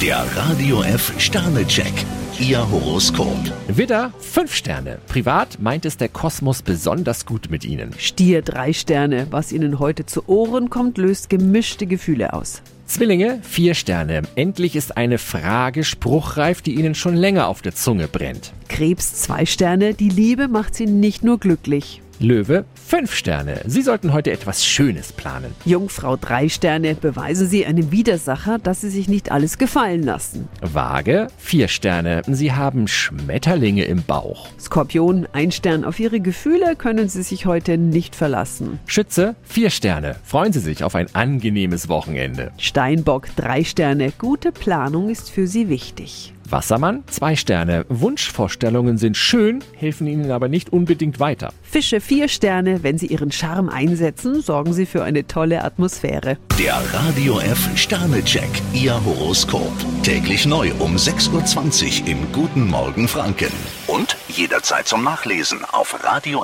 Der Radio F Sternecheck, Ihr Horoskop. Widder, fünf Sterne. Privat meint es der Kosmos besonders gut mit Ihnen. Stier drei Sterne. Was Ihnen heute zu Ohren kommt, löst gemischte Gefühle aus. Zwillinge, vier Sterne. Endlich ist eine Frage spruchreif, die Ihnen schon länger auf der Zunge brennt. Krebs zwei Sterne. Die Liebe macht Sie nicht nur glücklich. Löwe, fünf Sterne. Sie sollten heute etwas Schönes planen. Jungfrau drei Sterne. Beweisen Sie einem Widersacher, dass Sie sich nicht alles gefallen lassen. Waage, vier Sterne. Sie haben Schmetterlinge im Bauch. Skorpion ein Stern. Auf Ihre Gefühle können Sie sich heute nicht verlassen. Schütze, vier Sterne. Freuen Sie sich auf ein angenehmes Wochenende. Steinbock drei Sterne. Gute Planung ist für Sie wichtig. Wassermann, zwei Sterne. Wunschvorstellungen sind schön, helfen Ihnen aber nicht unbedingt weiter. Fische vier Sterne. Wenn Sie Ihren Charme einsetzen, sorgen Sie für eine tolle Atmosphäre. Der Radio F Sternecheck, Ihr Horoskop. Täglich neu um 6.20 Uhr im Guten Morgen Franken. Und jederzeit zum Nachlesen auf radiof.de.